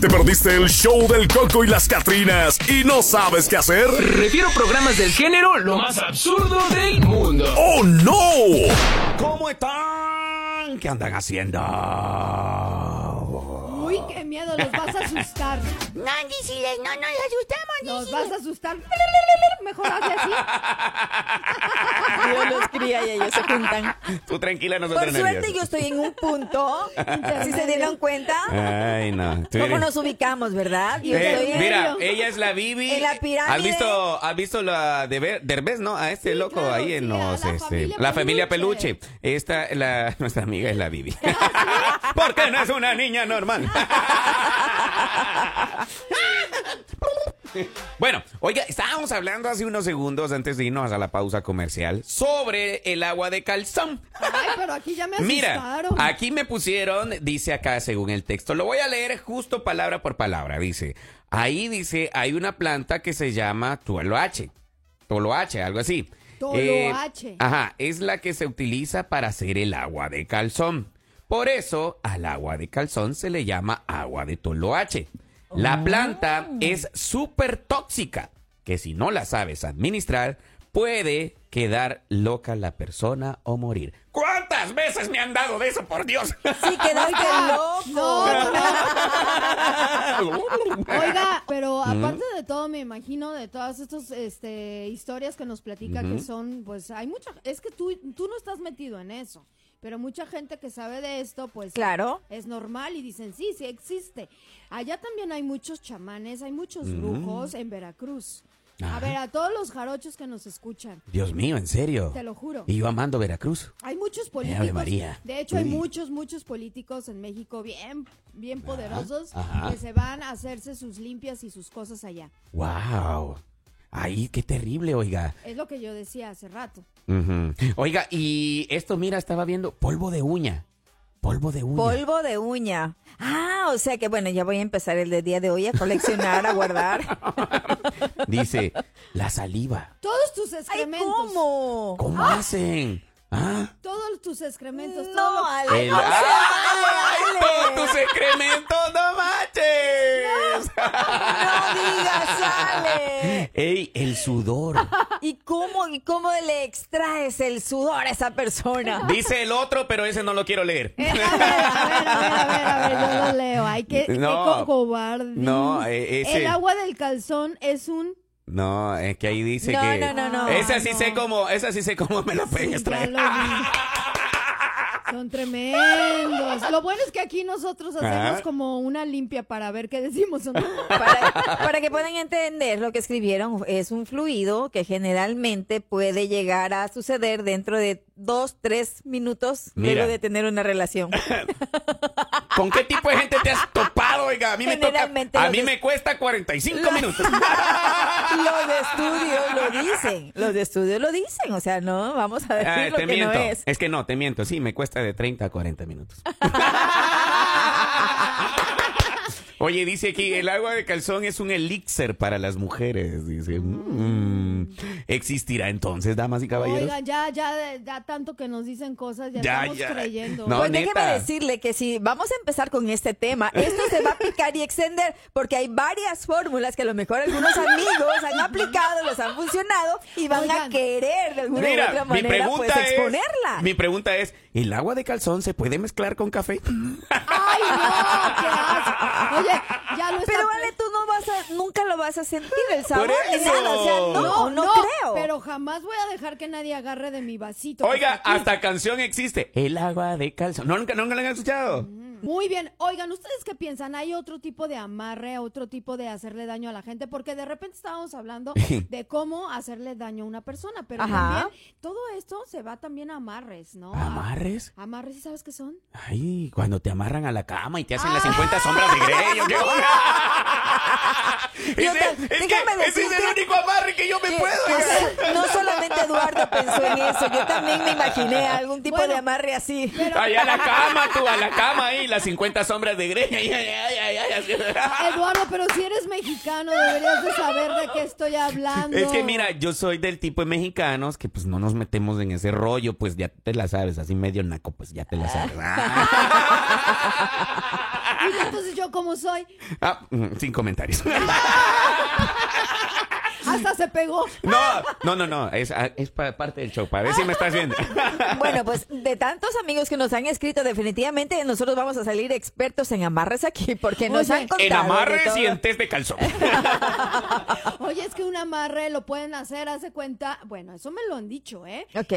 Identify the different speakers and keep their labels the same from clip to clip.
Speaker 1: ¿Te perdiste el show del Coco y las Catrinas y no sabes qué hacer?
Speaker 2: Refiero programas del género lo más absurdo del mundo.
Speaker 1: ¡Oh, no!
Speaker 3: ¿Cómo están? ¿Qué andan haciendo?
Speaker 4: Uy, qué miedo, los vas a asustar.
Speaker 5: No, Disiles, no nos asustamos,
Speaker 4: Los
Speaker 5: Disiles.
Speaker 4: vas a asustar. Mejor hazle así.
Speaker 6: Dios los cría y ellos se juntan.
Speaker 3: Tú tranquila, no se
Speaker 6: Por suerte yo estoy en un punto, si se dieron cuenta,
Speaker 3: Ay, no. Tú
Speaker 6: cómo
Speaker 3: eres-
Speaker 6: nos ubicamos, ¿verdad? Yo
Speaker 3: Eh,
Speaker 6: estoy en-
Speaker 3: mira, ella es la Bibi.
Speaker 6: En la pirámide.
Speaker 3: ¿Has visto, has visto la de Ber- Derbez, no? A este
Speaker 4: Sí,
Speaker 3: loco
Speaker 4: claro,
Speaker 3: ahí en
Speaker 4: sí, a
Speaker 3: los.
Speaker 4: la
Speaker 3: este,
Speaker 4: familia
Speaker 3: la familia
Speaker 4: Peluche.
Speaker 3: Peluche. Esta, la, nuestra amiga es la Bibi.
Speaker 6: ¿Ah,
Speaker 3: Porque no es una niña normal. Bueno, oiga, estábamos hablando hace unos segundos antes de irnos a la pausa comercial sobre el agua de calzón.
Speaker 4: Ay, pero aquí ya me
Speaker 3: Mira,
Speaker 4: asustaron.
Speaker 3: aquí me pusieron, dice acá según el texto, lo voy a leer justo palabra por palabra, dice, ahí dice, hay una planta que se llama tuoloache, toloache, algo así. Eh,
Speaker 4: Toloache.
Speaker 3: ajá, es la que se utiliza para hacer el agua de calzón. Por eso al agua de calzón se le llama agua de toloache.
Speaker 4: Oh.
Speaker 3: La planta es súper tóxica, que si no la sabes administrar, puede quedar loca la persona o morir. ¿Cuántas veces me han dado de eso, por Dios?
Speaker 6: Sí, quedaste
Speaker 3: Ah,
Speaker 6: loco.
Speaker 4: No, no. Oiga, pero aparte de todo, me imagino de todas estas este, historias que nos platica que son, pues hay mucha, es que tú, tú no estás metido en eso, pero mucha gente que sabe de esto, pues
Speaker 6: Claro.
Speaker 4: es normal y dicen, sí, sí existe. Allá también hay muchos chamanes, hay muchos brujos en Veracruz. A
Speaker 3: Ajá.
Speaker 4: ver, a todos los jarochos que nos escuchan,
Speaker 3: Dios mío, en serio.
Speaker 4: Te lo juro.
Speaker 3: Y yo amando Veracruz.
Speaker 4: hay muchos
Speaker 3: Ave
Speaker 4: políticos.
Speaker 3: María.
Speaker 4: De hecho, hay
Speaker 3: Uy.
Speaker 4: muchos, muchos políticos en México bien, bien poderosos
Speaker 3: ajá.
Speaker 4: que se van a hacerse sus limpias y sus cosas allá.
Speaker 3: Wow. Ay, qué terrible, oiga.
Speaker 4: Es lo que yo decía hace rato.
Speaker 3: Ujú. Oiga, y esto, mira, estaba viendo polvo de uña. Polvo de uña.
Speaker 6: Polvo de uña. Ah, o sea que bueno, ya voy a empezar el de día de hoy a coleccionar, a guardar.
Speaker 3: Dice, la saliva.
Speaker 4: Todos tus
Speaker 6: Ay,
Speaker 4: excrementos.
Speaker 6: ¿cómo?
Speaker 3: ¿Cómo hacen? ¿Ah?
Speaker 4: Todos tus excrementos.
Speaker 6: No,
Speaker 4: todo-
Speaker 6: Ale.
Speaker 3: El-
Speaker 6: no se
Speaker 3: ¡Ay,
Speaker 6: vale.
Speaker 3: todos tus excrementos, no manches!
Speaker 6: No digas, Ale.
Speaker 3: ¡Ey, el sudor!
Speaker 6: ¿Y cómo, ¿Y cómo le extraes el sudor a esa persona?
Speaker 3: Dice el otro, pero ese no lo quiero leer.
Speaker 4: Eh, a ver, a ver, a ver, a ver, yo lo leo. Ay, qué, qué
Speaker 3: No.
Speaker 4: co- cobarde.
Speaker 3: No, eh, ese-
Speaker 4: El agua del calzón es un...
Speaker 3: No, es que ahí dice
Speaker 6: No,
Speaker 3: que.
Speaker 6: no, no, no.
Speaker 3: Esa sí
Speaker 4: No.
Speaker 3: sé cómo, esa sí sé cómo me lo pueden
Speaker 4: Sí, ya
Speaker 3: extraer.
Speaker 4: lo vi. Son tremendos. Lo bueno es que aquí nosotros hacemos
Speaker 3: Ajá.
Speaker 4: como una limpia para ver qué decimos o no.
Speaker 6: Para, para que puedan entender lo que escribieron, es un fluido que generalmente puede llegar a suceder dentro de dos, tres minutos
Speaker 3: Mira.
Speaker 6: luego de tener una relación.
Speaker 3: ¿Con qué tipo de gente te has topado, oiga? A mí me toca,
Speaker 6: Generalmente
Speaker 3: a
Speaker 6: los
Speaker 3: mí
Speaker 6: es-
Speaker 3: me cuesta 45 minutos.
Speaker 6: Los de estudios lo dicen, los de estudios lo dicen, o sea, no, vamos a decir
Speaker 3: Ah,
Speaker 6: lo
Speaker 3: te
Speaker 6: que no
Speaker 3: miento. es.
Speaker 6: es.
Speaker 3: que no, te miento. Sí, me cuesta de 30 a 40 minutos. Oye, dice aquí, el agua de calzón es un elixir para las mujeres. Dice, mm. ¿existirá entonces, damas y caballeros?
Speaker 4: Oigan, ya, ya, ya tanto que nos dicen cosas, ya,
Speaker 3: Ya,
Speaker 4: estamos
Speaker 3: ya.
Speaker 4: creyendo.
Speaker 3: No,
Speaker 6: pues
Speaker 3: neta.
Speaker 6: déjeme decirle que si vamos a empezar con este tema, esto se va a picar y extender porque hay varias fórmulas que a lo mejor algunos amigos han aplicado, les han funcionado y van a
Speaker 4: Oigan.
Speaker 6: querer de alguna u otra
Speaker 3: Mira, mi
Speaker 6: manera pues,
Speaker 3: pregunta es,
Speaker 6: exponerla.
Speaker 3: mi pregunta es, ¿el agua de calzón se puede mezclar con café?
Speaker 6: Mm,
Speaker 4: ¡Ay, no! ¡Qué asco! Oye, ya lo está...
Speaker 6: Pero vale, tú no vas a, nunca lo vas a sentir el sabor
Speaker 3: Por
Speaker 6: ni
Speaker 3: eso.
Speaker 6: nada, o sea, no, no, creo.
Speaker 4: Pero jamás voy a dejar que nadie agarre de mi vasito.
Speaker 3: Oiga,
Speaker 4: Porque aquí-
Speaker 3: hasta canción existe. El agua de calzón. ¿No, nunca, nunca la han escuchado.
Speaker 4: Muy bien. Oigan, ¿ustedes qué piensan? ¿Hay otro tipo de amarre, otro tipo de hacerle daño a la gente? Porque de repente estábamos hablando de cómo hacerle daño a una persona, pero
Speaker 6: Ajá.
Speaker 4: también todo esto se va también a amarres, ¿no?
Speaker 3: ¿Amarres?
Speaker 4: Amarres, ¿y sabes qué son?
Speaker 3: Ay, cuando te amarran a la cama y te hacen
Speaker 6: Ah.
Speaker 3: las 50 sombras de Grey. ¿o qué onda?
Speaker 6: Yo
Speaker 3: Ese-
Speaker 6: te-
Speaker 3: es que
Speaker 6: déjame
Speaker 3: ese es el
Speaker 6: decirte
Speaker 3: único amarre que yo me
Speaker 6: que,
Speaker 3: puedo.
Speaker 6: o sea, no solamente Eduardo pensó en eso, yo también me imaginé algún tipo
Speaker 4: Bueno,
Speaker 6: de amarre así.
Speaker 4: Pero,
Speaker 3: Ay, a la cama, tú, a la cama ahí, las 50 sombras de Grey. Ay, ay, ay, ay, ay, así.
Speaker 4: Eduardo, pero si eres mexicano, deberías de saber de qué estoy hablando.
Speaker 3: Es que mira, yo soy del tipo de mexicanos que pues no
Speaker 6: Ah.
Speaker 3: nos metemos en ese rollo, pues ya te la sabes, así medio naco, pues ya te la sabes.
Speaker 4: Mira, entonces yo como soy,
Speaker 3: Ah, mm, sin comentarios.
Speaker 4: hasta se pegó.
Speaker 3: No, no, no, no. Es, ah, es pa- parte del show. Para ver si me estás viendo.
Speaker 6: Bueno, pues de tantos amigos que nos han escrito, definitivamente nosotros vamos a salir expertos en amarres aquí, porque nos
Speaker 4: Oye,
Speaker 6: han
Speaker 4: en
Speaker 6: contado.
Speaker 3: En
Speaker 6: de
Speaker 3: amarres
Speaker 6: todo.
Speaker 3: y en test de calzón.
Speaker 4: Oye, es que un amarre lo pueden hacer, haz de cuenta, bueno, eso me lo han dicho, ¿eh? Haz
Speaker 6: Ok.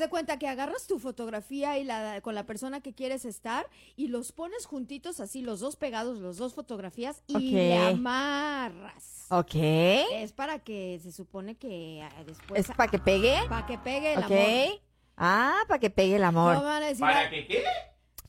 Speaker 4: de cuenta que agarras tu fotografía y la con la persona que quieres estar y los pones juntitos así, los dos pegados, los dos fotografías y le
Speaker 6: Ok.
Speaker 4: amarras.
Speaker 6: Ok.
Speaker 4: Es para que se supone que ah, después
Speaker 6: ¿Es para que pegue?
Speaker 4: para que pegue el
Speaker 6: Ok. Ah, para que pegue el
Speaker 4: amor.
Speaker 6: amor.
Speaker 4: No me van a decir, "Ay,
Speaker 3: que qué?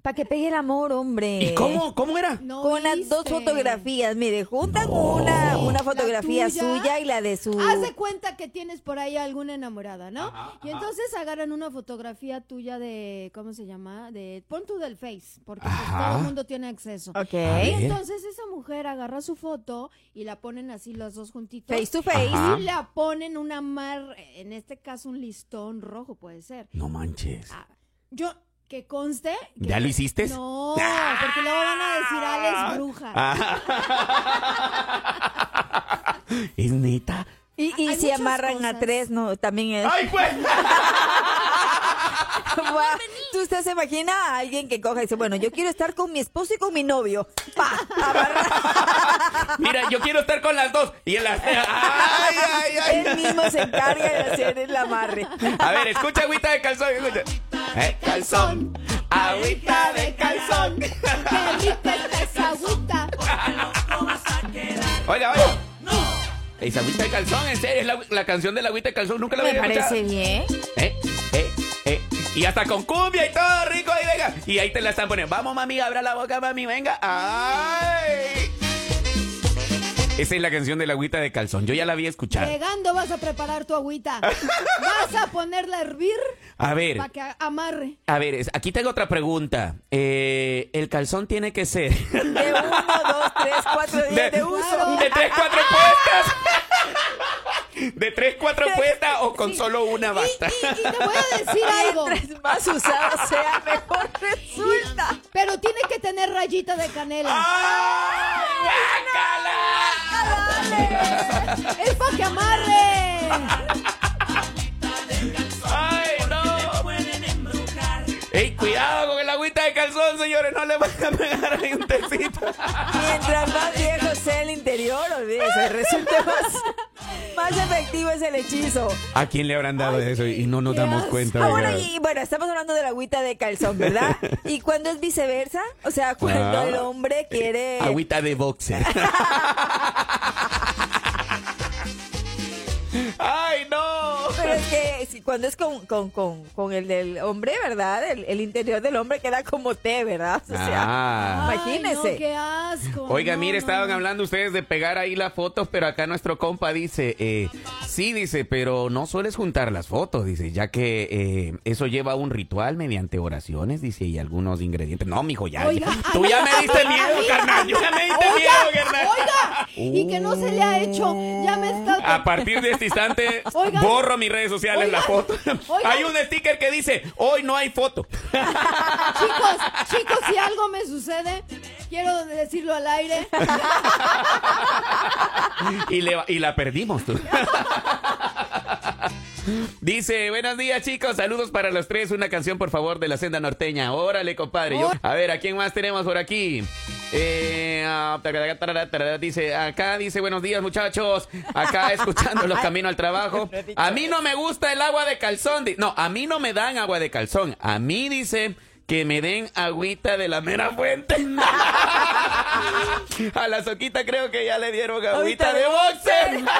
Speaker 6: Para que pegue el amor, hombre.
Speaker 3: ¿Y cómo? ¿Cómo era?
Speaker 4: no
Speaker 6: Con las dos
Speaker 4: viste".
Speaker 6: fotografías, mire, juntan una, una fotografía
Speaker 4: tuya. Ah,
Speaker 6: suya y la de su...
Speaker 4: Haz de cuenta que tienes por ahí alguna enamorada, ¿no? y entonces agarran una fotografía tuya de, ¿cómo se llama? De, pon tú del Face, porque pues,
Speaker 3: Ajá.
Speaker 4: todo el mundo tiene acceso. Y
Speaker 6: Ok.
Speaker 3: ver.
Speaker 4: ¿Eh? entonces esa mujer agarra su foto y la ponen así los dos juntitos.
Speaker 6: Face to face.
Speaker 3: Ajá.
Speaker 4: Y la ponen una mar, en este caso un listón rojo puede ser.
Speaker 3: No manches.
Speaker 4: Ah, yo, que conste. que-
Speaker 3: ¿Ya lo hiciste? Ah.
Speaker 4: No, porque luego van a decir Alex bruja.
Speaker 3: Es neta.
Speaker 6: Y, y
Speaker 4: Hay
Speaker 6: si
Speaker 4: muchas
Speaker 6: amarran a
Speaker 4: cosas.
Speaker 6: tres, no, también es...
Speaker 3: pues!
Speaker 6: Guau. ¿Tú usted se imagina a alguien que coja y dice, bueno, yo quiero estar con mi esposo y con mi novio? Pa, amarra.
Speaker 3: Mira, yo quiero estar con las dos. Y en las. ¡Ay, ay, ay!
Speaker 6: Él mismo se encarga de hacer el amarre.
Speaker 3: A ver, escucha agüita de calzón. Escucha. Eh, calzón. Agüita de calzón.
Speaker 4: Qué rica está esa agüita.
Speaker 3: Oiga, oiga. No. Es agüita de calzón, en serio. Es la, la canción de la agüita de calzón. Nunca la
Speaker 6: Me
Speaker 3: había
Speaker 6: parece
Speaker 3: escuchado.
Speaker 6: bien.
Speaker 3: Eh, eh, eh. Y hasta con cumbia y todo rico ahí, venga. Y ahí te la están poniendo. Vamos, mami, abra la boca, mami, venga. ¡Ay! Esa es la canción de la agüita de calzón. Yo ya la había escuchado.
Speaker 4: Llegando vas a preparar tu agüita. Vas a ponerla a hervir
Speaker 3: A ver,
Speaker 4: para que amarre.
Speaker 3: a ver, es- aquí tengo otra pregunta. Eh, el calzón tiene que ser
Speaker 6: De uno, dos, tres, cuatro,
Speaker 3: de,
Speaker 6: diez de uso.
Speaker 4: Claro.
Speaker 3: de tres, cuatro puestas. De tres, cuatro puestas o con solo una
Speaker 4: Y,
Speaker 3: basta.
Speaker 4: y- y te voy a decir algo.
Speaker 6: Mientras más usada sea, mejor resulta.
Speaker 4: Pero tiene que tener rayita de canela.
Speaker 3: ¡Ay, guácala!
Speaker 4: ¡Es para que amarre!
Speaker 3: ¡Ay, no! ¡Ey, cuidado con el agüita de calzón, señores! No le vayan a pegar ahí un tecito.
Speaker 6: Mientras más viejo sea el interior, olvídese, resulta más, más efectivo es el hechizo.
Speaker 3: ¿A quién le habrán dado eso? Y no nos
Speaker 4: qué
Speaker 3: damos
Speaker 4: asco.
Speaker 3: cuenta.
Speaker 6: Ah, bueno,
Speaker 3: ¿verdad?
Speaker 6: y bueno, estamos hablando de la agüita de calzón, ¿verdad? ¿Y cuando es viceversa? O sea, cuando
Speaker 3: Ah.
Speaker 6: el hombre quiere...
Speaker 3: Agüita de boxer. ¡Ay, no!
Speaker 6: Pero es que si- cuando es con, con, con, con el del hombre, ¿verdad? El, el interior del hombre queda como té, ¿verdad? O sea,
Speaker 3: Ah.
Speaker 4: Ay,
Speaker 6: Imagínese.
Speaker 4: no, qué asco.
Speaker 3: Oiga,
Speaker 4: No,
Speaker 3: mire,
Speaker 4: no,
Speaker 3: estaban
Speaker 4: no.
Speaker 3: hablando ustedes de pegar ahí las fotos, pero acá nuestro compa dice, eh, sí, dice, pero no sueles juntar las fotos, dice, ya que eh, eso lleva a un ritual mediante oraciones, dice, y algunos ingredientes. No, mijo, ya, ya.
Speaker 4: Oiga,
Speaker 3: tú ya me diste miedo,
Speaker 4: Oiga.
Speaker 3: carnal, yo ya me diste
Speaker 4: Oiga,
Speaker 3: miedo, carnal.
Speaker 4: Oiga, y que no se le ha hecho. Ya me está.
Speaker 3: A partir de este instante,
Speaker 4: Oiga.
Speaker 3: borro mis redes sociales
Speaker 4: Oiga.
Speaker 3: la foto.
Speaker 4: Oiga.
Speaker 3: Hay un sticker que dice, hoy no hay foto.
Speaker 4: Chicos, chicos, si algo me sucede, quiero decirlo al aire.
Speaker 3: Y, le, y la perdimos. tú. Dice, buenos días chicos, saludos para los tres, una canción por favor de la senda norteña. Órale, compadre. Yo- a ver, ¿a quién más tenemos por aquí? Eh, ah, tarara, tarara, tarara, dice, acá dice, buenos días muchachos, acá escuchando los caminos al trabajo. A mí no me gusta el agua de calzón. di- No, a mí no me dan agua de calzón. A mí dice que me den agüita de la mera fuente. A la soquita creo que ya le dieron agüita
Speaker 6: Agüita
Speaker 3: de
Speaker 6: de
Speaker 3: boxer.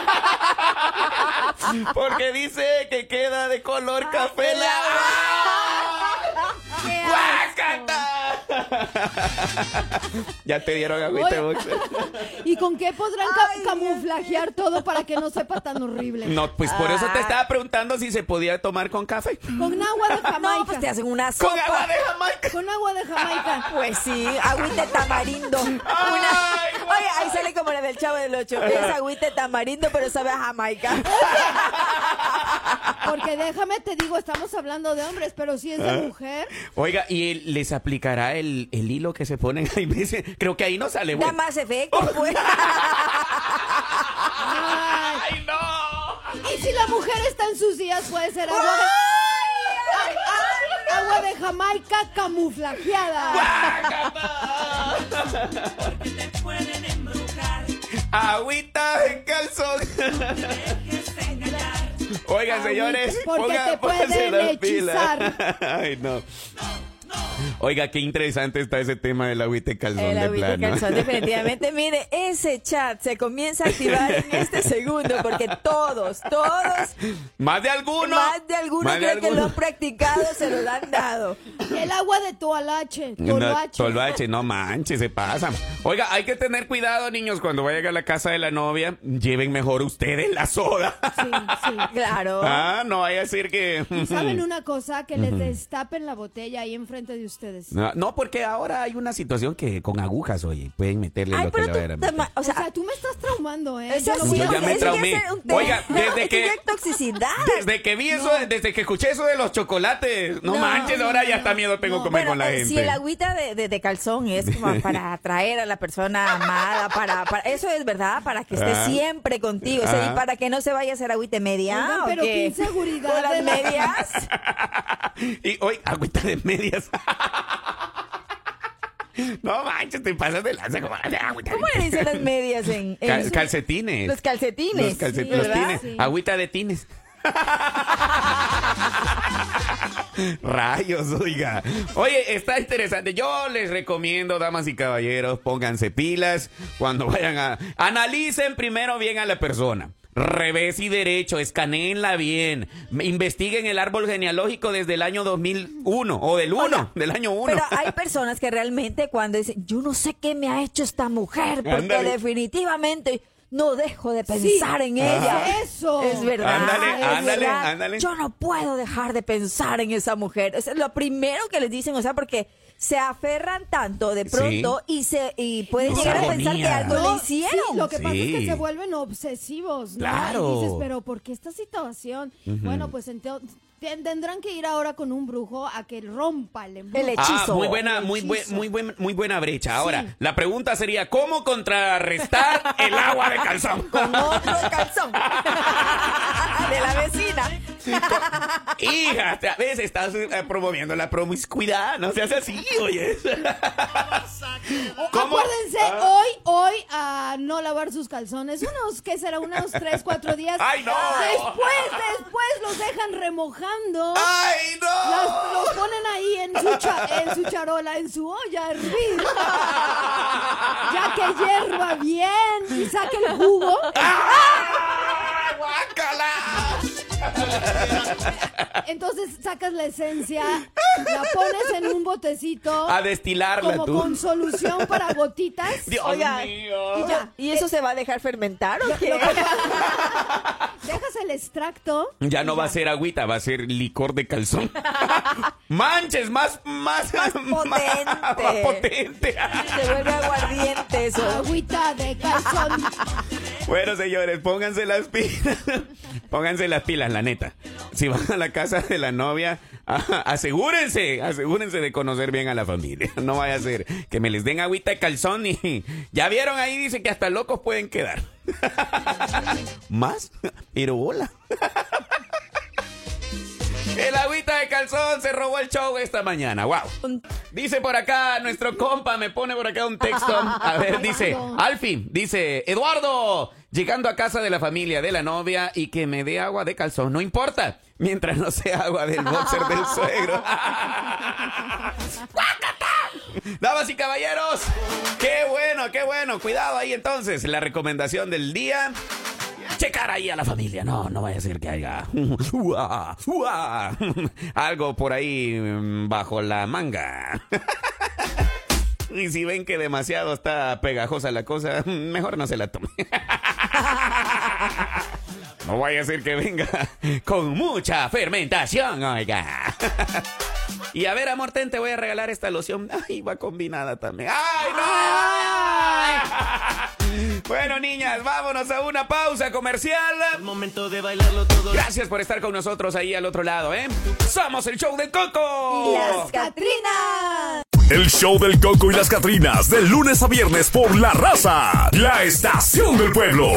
Speaker 3: Porque dice que queda de color café la
Speaker 4: Qué asco.
Speaker 3: ¡Ah! ¡Guácata! Ya te dieron agüita de
Speaker 4: Oye.
Speaker 3: boxer.
Speaker 4: ¿Y con qué podrán ca-
Speaker 6: Ay, Dios
Speaker 4: camuflajear todo para que no sepa tan horrible?
Speaker 3: No, pues por eso te
Speaker 6: Ah.
Speaker 3: estaba preguntando si se podía tomar con café.
Speaker 4: Con agua de Jamaica.
Speaker 6: no, pues te hacen una
Speaker 3: Con agua
Speaker 6: sopa.
Speaker 3: de Jamaica.
Speaker 4: Con agua de Jamaica.
Speaker 6: Pues sí, agüita de tamarindo.
Speaker 3: Ay,
Speaker 6: Una... Oye, ahí sale como la del chavo del ocho. Es agüita de tamarindo, pero sabe a Jamaica.
Speaker 4: Porque déjame te digo, estamos hablando de hombres, pero si es de
Speaker 3: ¿Eh?
Speaker 4: mujer,
Speaker 3: Oiga, ¿y él les aplicará el, el hilo que se ponen ahí? Me dice, Creo que ahí no sale, güey.
Speaker 6: Da más efecto,
Speaker 3: Oh,
Speaker 6: pues.
Speaker 4: ay.
Speaker 3: ¡Ay, no!
Speaker 4: Y si la mujer está en sus días, puede ser agua de, a- a- agua de Jamaica camuflajeada.
Speaker 3: Agüita de calzón. Oiga, señores,
Speaker 4: porque
Speaker 3: ponga-
Speaker 4: te
Speaker 3: pónganse
Speaker 4: pueden
Speaker 3: las pilas. Ay, no. Oiga, qué interesante está ese tema del agüita de calzón
Speaker 6: El
Speaker 3: de
Speaker 6: agüita y
Speaker 3: plano.
Speaker 6: calzón, definitivamente. Mire, ese chat se comienza a activar en este segundo porque todos, todos,
Speaker 3: Más de alguno.
Speaker 6: más de algunos
Speaker 3: Más de
Speaker 6: creo que lo
Speaker 3: alguno.
Speaker 6: han practicado, se lo han dado.
Speaker 4: El agua de Toalache.
Speaker 3: No,
Speaker 4: Toloache.
Speaker 3: Toloache, no manches, se pasa. Oiga, hay que tener cuidado, niños, cuando vayan a la casa de la novia, lleven mejor ustedes la soda.
Speaker 4: Sí, sí.
Speaker 6: Claro.
Speaker 3: Ah, no vaya a decir que...
Speaker 4: ¿Y saben una cosa? Que les destapen la botella ahí enfrente de ustedes.
Speaker 3: No, no, porque ahora hay una situación que con agujas, oye, pueden meterle
Speaker 6: Ay,
Speaker 3: lo que
Speaker 6: pero
Speaker 3: le vayan a
Speaker 6: tú,
Speaker 3: meter.
Speaker 6: tama- o
Speaker 4: O sea,
Speaker 6: sea,
Speaker 4: tú me estás traumando, ¿eh?
Speaker 6: eso
Speaker 4: Yo no
Speaker 6: sí,
Speaker 4: voy a-
Speaker 3: Yo ya me
Speaker 6: eso
Speaker 3: traumé.
Speaker 6: es un tema.
Speaker 3: Oiga, desde
Speaker 6: Eso
Speaker 3: que-
Speaker 6: ya es toxicidad.
Speaker 3: Desde que vi eso, desde que escuché eso de los chocolates, no,
Speaker 6: No,
Speaker 3: manches, ahora ya está miedo tengo
Speaker 6: No,
Speaker 3: comer
Speaker 6: pero,
Speaker 3: con la
Speaker 6: eh,
Speaker 3: gente.
Speaker 6: Si el agüita de, de- de calzón es como para atraer a la persona amada, para, para- eso es verdad, para que esté
Speaker 3: Ah.
Speaker 6: siempre contigo, o sea,
Speaker 3: Ah.
Speaker 6: y para que no se vaya a hacer agüita media.
Speaker 4: Oigan,
Speaker 6: ¿o
Speaker 4: pero
Speaker 6: qué?
Speaker 4: qué inseguridad
Speaker 6: Con
Speaker 4: de
Speaker 6: las
Speaker 4: la-
Speaker 6: medias.
Speaker 3: y hoy, agüita de medias. no manches, te pasas de lanza como agüita de
Speaker 6: ¿Cómo le dicen las medias en, en
Speaker 3: Cal-
Speaker 6: su-
Speaker 3: calcetines.
Speaker 6: Los calcetines.
Speaker 3: Los calcetines.
Speaker 6: sí,
Speaker 3: los
Speaker 6: ¿verdad?
Speaker 3: tines.
Speaker 4: Sí.
Speaker 3: Agüita de tines. Rayos, oiga. Oye, está interesante. Yo les recomiendo, damas y caballeros, pónganse pilas cuando vayan a... Analicen primero bien a la persona. Revés y derecho, escaneenla bien. Investiguen el árbol genealógico desde el año 2001 o del 1,
Speaker 6: Oiga,
Speaker 3: del año 1.
Speaker 6: Pero hay personas que realmente cuando dicen, yo no sé qué me ha hecho esta mujer, porque
Speaker 3: Ándale.
Speaker 6: definitivamente no dejo de
Speaker 4: Sí.
Speaker 6: pensar en ella.
Speaker 4: Eso.
Speaker 6: Es verdad.
Speaker 3: Ándale,
Speaker 6: es
Speaker 3: ándale,
Speaker 6: verdad.
Speaker 3: ándale.
Speaker 6: Yo no puedo dejar de pensar en esa mujer. Es lo primero que les dicen, o sea, porque se aferran tanto de
Speaker 3: Sí.
Speaker 6: pronto y se y pueden
Speaker 3: Esa
Speaker 6: llegar a pensar que
Speaker 3: agonía.
Speaker 6: algo
Speaker 4: No,
Speaker 6: le hicieron.
Speaker 4: sí, lo que pasa es
Speaker 3: Sí.
Speaker 4: que se vuelven obsesivos, ¿no?
Speaker 3: Claro.
Speaker 4: Y dices, pero ¿por qué esta situación? Bueno, pues ento- ten- tendrán que ir ahora con un brujo a que rompa el embrujo.
Speaker 6: El hechizo.
Speaker 3: Ah, muy buena, muy,
Speaker 4: El
Speaker 3: buen-
Speaker 4: hechizo.
Speaker 3: muy, buen- muy buena brecha. Ahora, la pregunta sería, ¿cómo contrarrestar el agua de calzón?
Speaker 6: Con otro calzón de la vecina.
Speaker 3: Hija, a veces estás eh, promoviendo la promiscuidad, no seas así, oye. ¿Cómo? Ah.
Speaker 4: Acuérdense, hoy, hoy, a no lavar sus calzones. Unos, ¿qué será? Unos 3, 4 días.
Speaker 3: ¡Ay, no!
Speaker 4: Después, después los dejan remojando.
Speaker 3: ¡Ay,
Speaker 4: Los,
Speaker 3: no!
Speaker 4: los ponen ahí en su, cha- en su charola, en su olla, a hervir. Ya que hierva bien y saque el jugo.
Speaker 3: ¡Ah! ¡Guácala!
Speaker 4: Entonces sacas la esencia, la pones en un botecito.
Speaker 3: A destilarla
Speaker 4: como
Speaker 3: tú.
Speaker 4: con solución para gotitas.
Speaker 3: Dios
Speaker 6: Oiga,
Speaker 3: mío.
Speaker 6: ¿Y, ya, ¿y eso se va a dejar fermentar o qué?
Speaker 4: Dejas el extracto.
Speaker 3: Ya no va a ser agüita, va a ser licor de calzón. Manches, más, más,
Speaker 6: potente.
Speaker 3: más potente.
Speaker 6: Se vuelve aguardiente eso.
Speaker 4: Agüita de calzón.
Speaker 3: Bueno, señores, pónganse las pilas. Pónganse las pilas, la neta. Si van a la casa de la novia, a- asegúrense, asegúrense de conocer bien a la familia. No vaya a ser que me les den agüita de calzón y ya vieron ahí, dice que hasta locos pueden quedar. ¿Más? Pero hola. El agüita de calzón se robó el show esta mañana. ¡Wow! Dice por acá, nuestro compa me pone por acá un texto. A ver, dice, Alfie, dice, Eduardo, llegando a casa de la familia de la novia y que me dé agua de calzón, no importa, mientras no sea agua del boxer del suegro. Damas y caballeros, qué bueno, qué bueno. Cuidado ahí entonces. La recomendación del día. Checar ahí a la familia. No, no vaya a ser que haya uah, uah, algo por ahí mm, bajo la manga. Y si ven que demasiado está pegajosa la cosa, mejor no se la tome. No vaya a ser que venga con mucha fermentación, oiga. Y a ver, amor, ten, te voy a regalar esta loción. Ay, va combinada también. ¡Ay, no! Bueno, niñas, vámonos a una pausa comercial.
Speaker 7: Momento de bailarlo todo.
Speaker 3: Gracias por estar con nosotros ahí al otro lado, ¿eh? Somos el show del Coco.
Speaker 6: Las Catrinas.
Speaker 1: El show del Coco y las Catrinas, de lunes a viernes por La Raza, la estación del pueblo.